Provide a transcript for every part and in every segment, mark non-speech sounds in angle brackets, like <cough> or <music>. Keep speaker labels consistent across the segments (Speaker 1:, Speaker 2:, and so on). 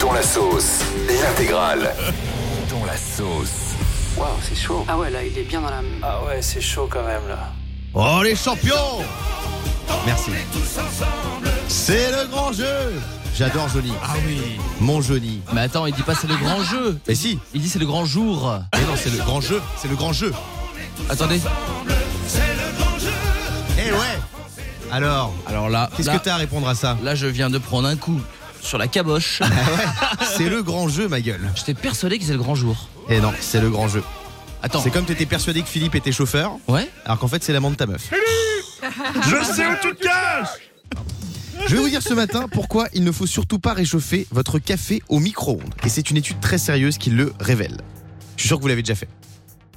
Speaker 1: Dont la sauce, l'intégrale.
Speaker 2: Dont la sauce.
Speaker 1: Waouh, c'est chaud.
Speaker 3: Ah ouais, là, il est bien dans la...
Speaker 4: Ah ouais, c'est chaud quand même là.
Speaker 5: Oh les champions
Speaker 6: Merci.
Speaker 5: C'est le grand jeu J'adore Johnny.
Speaker 6: Ah oui.
Speaker 5: Mon Johnny.
Speaker 6: Mais attends, il dit pas c'est le grand jeu.
Speaker 5: Mais si,
Speaker 6: Il dit c'est le grand jour.
Speaker 5: mais non, c'est le grand jeu. C'est le grand jeu.
Speaker 6: Attendez.
Speaker 5: Eh ouais Alors,
Speaker 6: Alors là,
Speaker 5: qu'est-ce
Speaker 6: là,
Speaker 5: que t'as Ah à répondre à ça
Speaker 6: là, je viens de prendre un coup sur la caboche.
Speaker 5: C'est le grand jeu, ma gueule.
Speaker 6: <laughs> J'étais persuadé que c'est le grand jour.
Speaker 5: Eh non, c'est le grand jeu.
Speaker 6: Attends.
Speaker 5: C'est comme t'étais persuadé que Philippe était chauffeur,
Speaker 6: Ouais.
Speaker 5: alors qu'en fait c'est l'amant de ta meuf.
Speaker 7: Je sais où tu te caches
Speaker 5: Je vais vous dire ce matin pourquoi il ne faut surtout pas réchauffer votre café au micro-ondes. Et c'est une étude très sérieuse qui le révèle. Je suis sûr que vous l'avez déjà fait.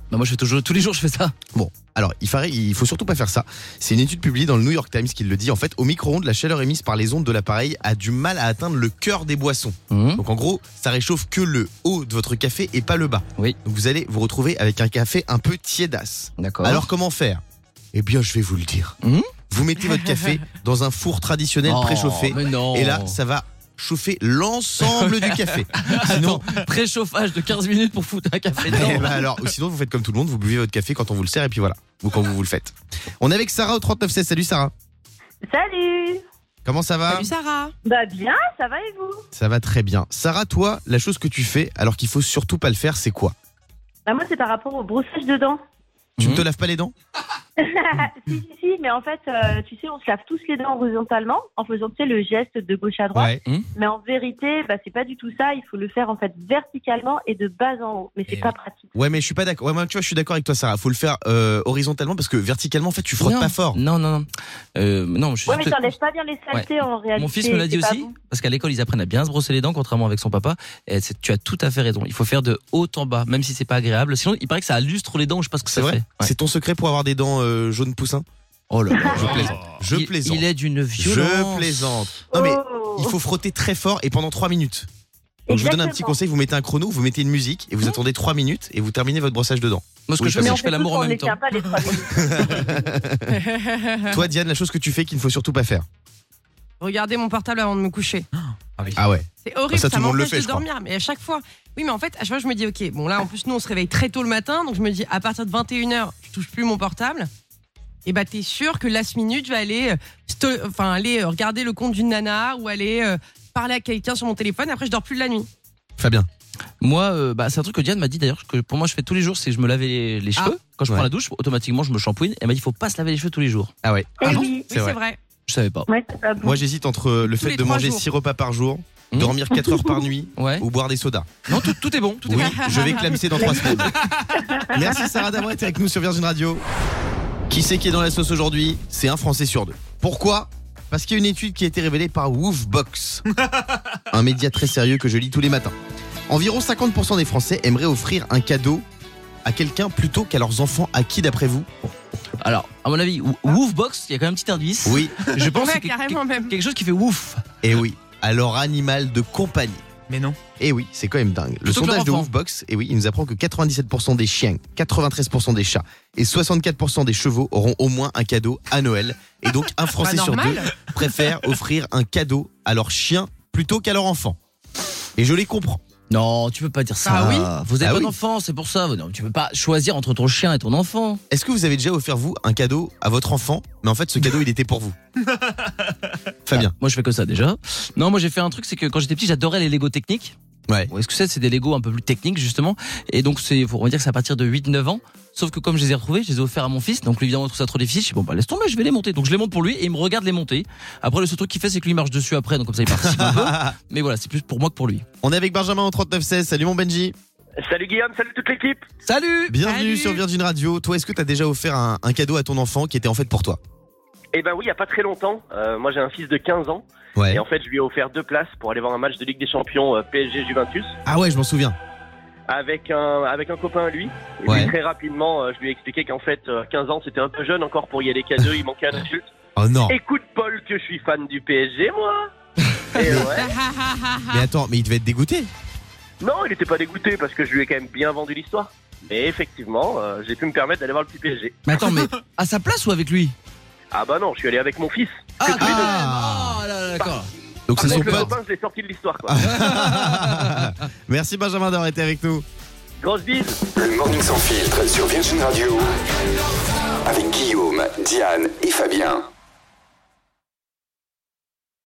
Speaker 6: Bah moi je fais toujours tous les jours je fais ça.
Speaker 5: Bon, alors il faudrait, il faut surtout pas faire ça. C'est une étude publiée dans le New York Times qui le dit. En fait, au micro-ondes, la chaleur émise par les ondes de l'appareil a du mal à atteindre le cœur des boissons.
Speaker 6: Mmh.
Speaker 5: Donc en gros, ça réchauffe que le haut de votre café et pas le bas.
Speaker 6: Oui.
Speaker 5: Donc vous allez vous retrouver avec un café un peu tiédasse.
Speaker 6: D'accord.
Speaker 5: Alors comment faire Eh bien, je vais vous le dire.
Speaker 6: Mhm.
Speaker 5: Vous mettez votre
Speaker 6: <laughs>
Speaker 5: café dans un four traditionnel
Speaker 6: Oh,
Speaker 5: préchauffé
Speaker 6: mais non.
Speaker 5: et là, ça va chauffer l'ensemble du
Speaker 6: <laughs>
Speaker 5: café. Sinon,
Speaker 6: Attends, <laughs> préchauffage de 15 minutes pour foutre un café
Speaker 5: eh ben
Speaker 6: dedans.
Speaker 5: alors, ou sinon vous faites comme tout le monde, vous buvez votre café quand on vous le sert et puis voilà, ou quand vous vous le faites. On est avec Sarah au 3916. Salut Sarah.
Speaker 8: Salut
Speaker 5: Comment ça va
Speaker 9: Salut Sarah.
Speaker 8: Bah bien, ça va et vous
Speaker 5: Ça va très bien. Sarah, toi, la chose que tu fais alors qu'il faut surtout pas le faire, c'est quoi
Speaker 8: Bah moi c'est par rapport au brossage de dents.
Speaker 5: Tu ne
Speaker 6: Mhm.
Speaker 5: te laves pas les dents
Speaker 8: <laughs> Si, si, si, mais en fait, euh, tu sais, on se lave tous les dents horizontalement en faisant, tu sais, le geste de gauche à droite. Mais en vérité, bah c'est pas du tout ça, il faut le faire en fait verticalement et de bas en haut. Mais c'est
Speaker 5: Et
Speaker 8: pas
Speaker 5: oui.
Speaker 8: pratique.
Speaker 5: Ouais, mais je suis pas d'accord. Ouais, moi, tu vois, je suis d'accord avec toi, Sarah. Faut le faire euh, horizontalement parce que verticalement, en fait, tu frottes
Speaker 6: non.
Speaker 5: pas fort.
Speaker 6: Non non non. Euh, non je suis
Speaker 8: Ouais, mais
Speaker 6: juste-
Speaker 8: t'enlèves pas bien les saletés en réalité.
Speaker 6: Mon fils me l'a dit
Speaker 8: c'est pas
Speaker 6: aussi,
Speaker 8: bon.
Speaker 6: parce qu'à l'école, ils apprennent à bien se brosser les dents, contrairement avec son papa. Et c'est- tu as tout à fait raison. Il faut faire de haut en bas, même si c'est pas agréable. Sinon, il paraît que ça illustre les dents, je sais pas ce que
Speaker 5: C'est
Speaker 6: ça
Speaker 5: vrai
Speaker 6: fait. Ouais.
Speaker 5: C'est ton secret pour avoir des dents euh, jaunes poussins Oh là là, je plaisante. Je
Speaker 6: il,
Speaker 5: plaisante.
Speaker 6: il est d'une violence.
Speaker 5: Je plaisante. Non, mais
Speaker 8: Oh.
Speaker 5: il faut frotter très fort et pendant 3 minutes. Donc je vous donne un petit
Speaker 8: Exactement.
Speaker 5: conseil, vous mettez un chrono, vous mettez une musique
Speaker 9: Mmh.
Speaker 5: et vous attendez 3 minutes et vous terminez votre brossage de dents.
Speaker 6: Moi, ce que
Speaker 5: Oui,
Speaker 6: je fais,
Speaker 5: parce
Speaker 6: c'est
Speaker 8: Mais on
Speaker 6: que je
Speaker 8: fait
Speaker 6: fais l'amour
Speaker 8: tous,
Speaker 6: en
Speaker 8: on
Speaker 6: même
Speaker 8: les
Speaker 6: temps.
Speaker 8: tient pas les trois minutes.
Speaker 9: Mmh.
Speaker 5: Toi Diane, la chose que tu fais qu'il ne faut surtout pas faire.
Speaker 9: <laughs> Regardez mon portable avant de me coucher.
Speaker 5: Ah ouais.
Speaker 9: C'est horrible,
Speaker 5: Ça,
Speaker 9: ça,
Speaker 5: tout le monde le
Speaker 9: m'empêche
Speaker 5: fait,
Speaker 9: de
Speaker 5: je crois.
Speaker 9: dormir. Mais à chaque fois, oui, mais en fait, à chaque fois, je me dis, ok, bon, là, en plus, nous, on se réveille très tôt le matin, donc je me dis, à partir de 21h, je touche plus mon portable. Et bah, t'es sûr que last minute, je vais aller, euh, sto- enfin, aller euh, regarder le compte d'une nana ou aller euh, parler à quelqu'un sur mon téléphone. Après, je dors plus de la nuit.
Speaker 5: Fabien.
Speaker 6: Moi, euh, bah, c'est un truc que Diane m'a dit d'ailleurs, que pour moi, je fais tous les jours, c'est que je me lavais les, les cheveux. Quand je prends
Speaker 5: Ouais.
Speaker 6: la douche, automatiquement, je me shampouine. Elle m'a dit, il faut pas se laver les cheveux tous les jours.
Speaker 5: Ah ouais.
Speaker 8: Eh
Speaker 6: Ah bon
Speaker 8: oui,
Speaker 5: C'est
Speaker 9: Oui,
Speaker 5: vrai.
Speaker 9: c'est vrai.
Speaker 6: Je savais pas.
Speaker 8: ouais, c'est pas bon.
Speaker 5: Moi j'hésite entre le
Speaker 9: Tous
Speaker 5: fait
Speaker 9: les
Speaker 5: de
Speaker 9: trois
Speaker 5: manger
Speaker 9: jours.
Speaker 5: 6 repas par jour,
Speaker 6: Mmh.
Speaker 5: dormir 4 heures
Speaker 9: <laughs>
Speaker 5: par nuit
Speaker 6: Ouais.
Speaker 5: ou boire des sodas.
Speaker 6: Non, tout, tout est bon. Tout est
Speaker 5: Oui,
Speaker 6: bon.
Speaker 5: je vais clamser dans 3
Speaker 6: <laughs>
Speaker 5: semaines. Merci Sarah d'avoir été avec nous sur Virgin Radio. Qui c'est qui est dans la sauce aujourd'hui C'est un Français sur deux. Pourquoi Parce qu'il y a une étude qui a été révélée par
Speaker 6: <laughs>
Speaker 5: Woofbox, un média très sérieux que je lis tous les matins. Environ 50% des Français aimeraient offrir un cadeau à quelqu'un plutôt qu'à leurs enfants. À qui d'après vous
Speaker 6: Alors, à mon avis, ou- Woofbox, il y a quand même un petit indice.
Speaker 5: Oui,
Speaker 6: Je pense
Speaker 9: Ouais,
Speaker 6: que c'est quelque-
Speaker 9: carrément même. <laughs>
Speaker 6: quelque chose qui fait ouf.
Speaker 5: et Eh oui, à leur animal de compagnie.
Speaker 7: Mais non.
Speaker 5: Et oui, c'est quand même dingue. Le
Speaker 6: Plutôt que
Speaker 5: sondage
Speaker 6: leur
Speaker 5: de
Speaker 6: enfant.
Speaker 5: Wolfbox, et oui, il nous apprend que 97% des chiens, 93% des chats et 64% des chevaux auront au moins un cadeau à Noël. Et donc, un Français sur deux
Speaker 9: normal.
Speaker 5: préfère offrir un cadeau à leur chien plutôt qu'à leur enfant. Et je les comprends.
Speaker 6: Non, tu peux pas dire ça.
Speaker 9: Ah oui
Speaker 6: Vous avez
Speaker 5: Ah
Speaker 6: pas
Speaker 5: oui.
Speaker 6: d'enfant, c'est pour ça. Non, tu peux pas choisir entre ton chien et ton enfant.
Speaker 5: Est-ce que vous avez déjà offert, vous, un cadeau à votre enfant, mais en fait, ce cadeau, il était pour vous Fabien.
Speaker 6: Ah, moi, je fais que ça déjà. Non, moi, j'ai fait un truc, c'est que quand j'étais petit, j'adorais les Lego techniques.
Speaker 5: Ouais.
Speaker 6: Bon, Est-ce que c'est c'est des Lego un peu plus techniques, justement Et donc, c'est, faut- on va dire que c'est à partir de 8-9 ans. Sauf que comme je les ai retrouvés, je les ai offerts à mon fils. Donc, lui, évidemment, il trouve ça trop difficile. Je dis, bon, bah, laisse tomber, je vais les monter. Donc, je les monte pour lui et il me regarde les monter. Après, le seul truc qu'il fait, c'est que lui il marche dessus après. Donc, comme ça, il participe un peu. Mais voilà, c'est plus pour moi que pour lui.
Speaker 5: On est avec Benjamin au 3916. Salut, mon Benji.
Speaker 4: Salut Guillaume, salut toute l'équipe.
Speaker 6: Salut
Speaker 5: Bienvenue
Speaker 9: Salut.
Speaker 5: sur Virgin Radio. Toi, est-ce que t'as déjà offert un, un cadeau à ton enfant qui était en fait pour toi
Speaker 4: Eh ben oui, il y a pas très longtemps, euh, moi j'ai un fils de 15 ans
Speaker 5: Ouais.
Speaker 4: et en fait je lui ai offert deux places pour aller voir un match de Ligue des Champions euh, PSG Juventus
Speaker 5: Ah ouais, je m'en souviens.
Speaker 4: avec un avec un copain à lui. Et
Speaker 5: Ouais.
Speaker 4: puis très rapidement, euh, je lui ai expliqué qu'en fait euh, 15 ans c'était un peu jeune encore pour y aller qu'à deux, il manquait un adulte.
Speaker 5: <laughs> Oh non.
Speaker 4: Et coup de Paul que je suis fan du PSG moi.
Speaker 5: <laughs>
Speaker 4: Et ouais.
Speaker 5: Mais attends, mais il devait être dégoûté.
Speaker 4: Non, il était pas dégoûté parce que je lui ai quand même bien vendu l'histoire. Mais effectivement, euh, j'ai pu me permettre d'aller voir le petit PSG.
Speaker 6: Mais attends, mais à sa place ou avec lui
Speaker 4: Ah bah non, je suis allé avec mon fils.
Speaker 6: Ah,
Speaker 4: Que tous les deux.
Speaker 6: ah, là, là, d'accord.
Speaker 5: Donc c'est son
Speaker 4: Avec le
Speaker 5: pote. Ah.
Speaker 4: copain, je l'ai sorti de l'histoire, quoi.
Speaker 5: Merci Benjamin d'avoir été avec nous.
Speaker 4: Grosse bise
Speaker 1: Le Morning Sans Filtre sur Virgin Radio. Avec Guillaume, Diane et Fabien.